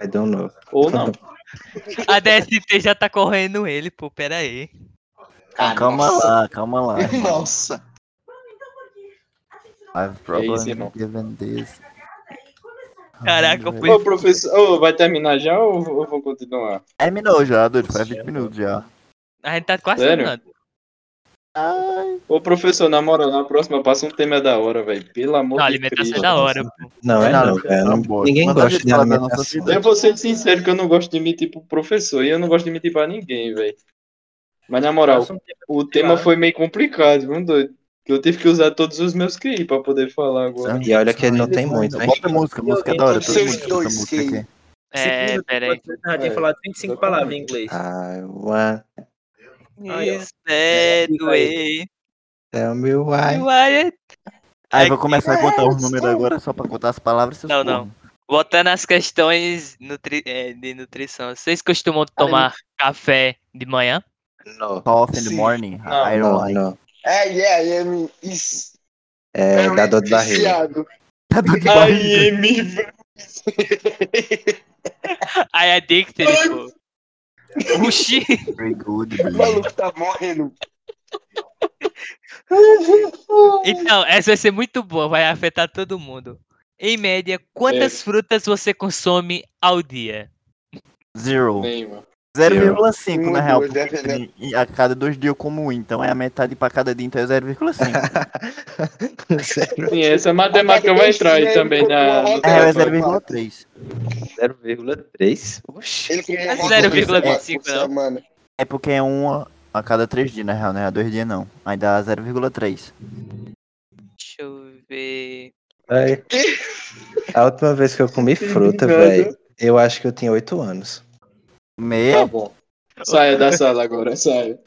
B: I don't know.
E: Ou não.
C: A DST já tá correndo ele, pô, pera aí.
B: Ah,
A: Calma
D: nossa.
A: lá, calma lá. irmão.
D: Nossa.
A: I've
E: É isso,
A: probably
E: irmão.
A: given this.
C: Caraca, eu fui-
E: Ô, professor, ô, vai terminar já ou eu vou continuar?
A: Terminou já, doido. Faz 20 minutos já.
C: A gente tá quase
E: Sério?
C: terminando.
E: Ô, professor, na moral, na próxima passa um tema da hora, velho. Pelo amor
C: Não, a
E: de
C: alimentação é
E: Cristo.
C: da hora, pô.
B: Não, é
A: Nada,
B: não,
A: cara,
B: velho.
A: tá bom.
B: Ninguém
A: Mas a
B: gosta
A: gente
B: de
A: fala da nossa
B: alimentação.
A: vida.
E: Eu vou ser sincero que eu não gosto de mentir pro professor e eu não gosto de mentir pra ninguém, velho. Mas na moral,
F: Faça um tempo
E: o tema foi meio complicado, viu, doido? Que Eu tive que usar todos os meus QI pra poder falar agora.
B: E olha que ele não tem muito, hein?
A: Bota música, música é da hora. Todo mundo
D: Seus
A: escuta
D: dois,
A: música
D: que-
A: aqui.
C: É,
F: segundo,
C: pera aí.
F: você já tinha
E: É,
F: falado 25 palavras em inglês.
B: I want
F: Aí, ó.
C: Is that
F: Fica
C: way
B: tell me why.
C: you are-
A: Aí
C: É
A: vou começar a contar os números agora só pra contar as palavras. seus
C: Não, não.
A: porra.
C: Voltando às questões nutri- é, de nutrição, vocês costumam tomar café de manhã?
B: No,
A: Coffee in the
D: Sim.
A: morning.
E: Não,
A: I don't
B: no,
A: like.
B: no.
D: É, yeah, I am is
B: É, dá dor de barriga.
D: viciado.
A: Tá dor de barriga.
E: Aí, me
C: I é addicted, pô. Oxi.
A: Very good,
D: O
A: baby.
D: maluco tá morrendo.
C: Então, essa vai ser muito boa, vai afetar todo mundo. Em média, quantas frutas você consome ao dia?
A: Zero.
E: Bem, mano.
A: 0,5 na
D: Um,
A: real.
D: dois,
A: porque
D: dez, dez.
A: e a cada dois dias eu como um, então é a metade pra cada dia, então é 0,5.
B: Zero-
E: Sim, essa matemática vai entrar aí também na. no
A: Na real é
E: telefone.
A: 0,3.
B: 0,3? Oxi.
D: Ele comeu
C: É
D: uma
C: 0,25,
D: por semana.
A: É porque é um a- a cada três dias, na real, né? A dois dias não. Aí dá 0,3.
C: Deixa eu ver.
B: Ai. A última vez que eu comi fruta,
E: Obrigado.
B: velho, eu acho que eu tinha 8 anos.
A: Meia?
B: bom.
E: Saia da sala agora, saia.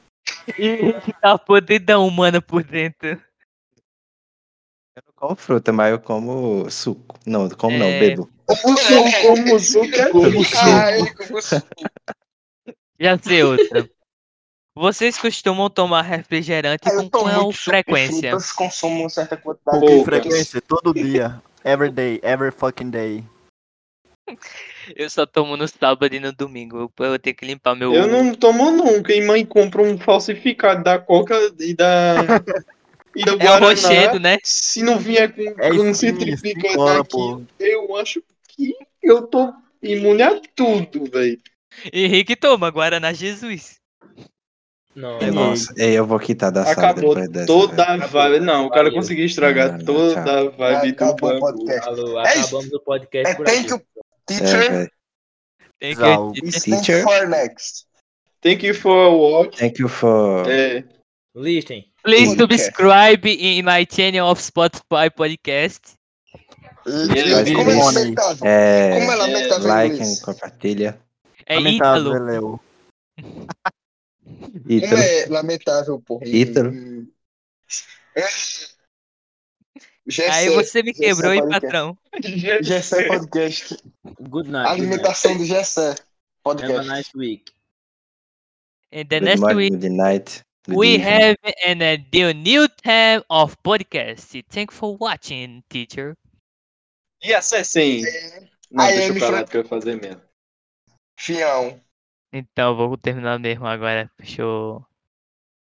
C: Que tá podridão humana por dentro.
B: Qual fruta? Mas eu como suco. Não, como não,
C: É.
B: bebo.
E: Como suco, como suco, como
D: Ah,
E: suco.
D: ele comeu suco.
C: Já sei outra. Vocês costumam tomar refrigerante
D: Eu
C: com qual
D: tomo muito suco e
C: frequência?
D: Frutas consomem uma certa quantidade.
A: Com que
E: Poucas.
A: frequência? é Todo dia. Every day. Every fucking day.
C: Eu só tomo no sábado e no domingo. Eu- Eu tenho que limpar meu.
E: Eu não tomo nunca, e mãe compra um falsificado da Coca e da. e do
C: É o
E: Guaraná.
C: rochedo, né?
E: Se não vier com,
A: É
E: com
A: sim, sim,
E: centrífuga
A: cola,
E: daqui,
A: pô.
E: eu acho que eu tô imune a tudo, velho.
C: Henrique toma, Guaraná Jesus.
F: Não,
A: É
F: não.
A: nóis.
B: Nossa, ei, eu vou quitar da sala
E: Acabou
B: depois dessa.
E: toda
B: velho.
E: a vibe. Não, o cara conseguiu estragar
B: é Não, não,
E: toda a vibe do
D: Ah, Acabou
E: bagulho.
D: o podcast.
F: Alô,
D: É isso.
F: acabamos o podcast
D: É
F: por
D: thank
F: aqui.
D: you,
B: É,
D: teacher.
B: velho.
C: Tem que-
A: Zal.
D: It's thank
B: Teacher.
D: you for next.
E: Thank you for a watch.
B: Thank you for.
E: É,
F: Listen.
C: Please
D: Podcast.
C: subscribe in my channel of Spotify podcast.
A: Ele-
D: Como é
A: Ele-
D: lamentável.
B: É,
D: Como é lamentável em
B: like, and
D: inglês?
B: compartilha.
C: É
A: Lamentável,
B: né?
C: Ítalo.
A: Leo.
D: Como
B: Ítalo.
D: é lamentável, porra? É.
B: Ítalo.
D: Hum. Já
C: Aí
D: sei.
C: você me
D: já sei
C: quebrou, hein,
D: qual é que é.
C: patrão?
D: Gessé Podcast.
F: Good
C: né?
F: night.
D: Alimentação do
C: É
D: Gessé
F: Good night. Have
D: Podcast.
F: a nice week.
C: And the
B: Good
C: next week,
B: morning, good night. good
C: É we
B: evening.
C: have an, a the new time of podcast. Thank you for watching, teacher.
E: E acessem.
D: É.
E: Não,
D: I
E: deixa
D: am
E: eu parar
D: Fran-
E: que eu ia fazer mesmo.
D: Fião.
C: Então, vou terminar mesmo agora. Deixa eu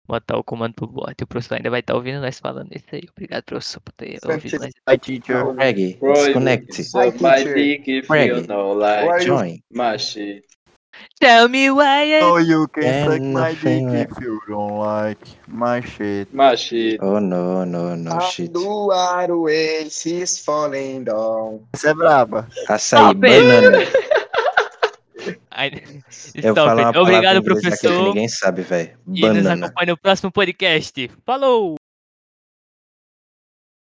C: botar o comando pro bot. O professor ainda vai estar ouvindo nós falando isso aí. Obrigado, professor, por ter
D: Certo.
C: ouvido nós.
A: Bye, teacher.
B: Reggae,
E: Freud,
B: disconnect,
E: so my dick if you
B: Reggae.
E: know, like,
D: Freud.
B: join.
E: my shit.
C: Tell me why I
A: So you can
B: And
A: suck my
B: nothing
A: dick if you don't like my shit.
E: My shit.
B: Oh no, no, no shit.
D: Ah, Do Aruei is falling down.
A: Essa é braba.
B: Açaí,
C: Stop it.
B: banana.
C: Ai,
B: Eu
D: Então,
C: stop it.
B: falo uma palavra
C: Então, Obrigado,
B: em inglês aqui que
C: professor.
B: ninguém sabe, velho.
C: E nos
B: Banana.
C: acompanhe no próximo podcast. Falou!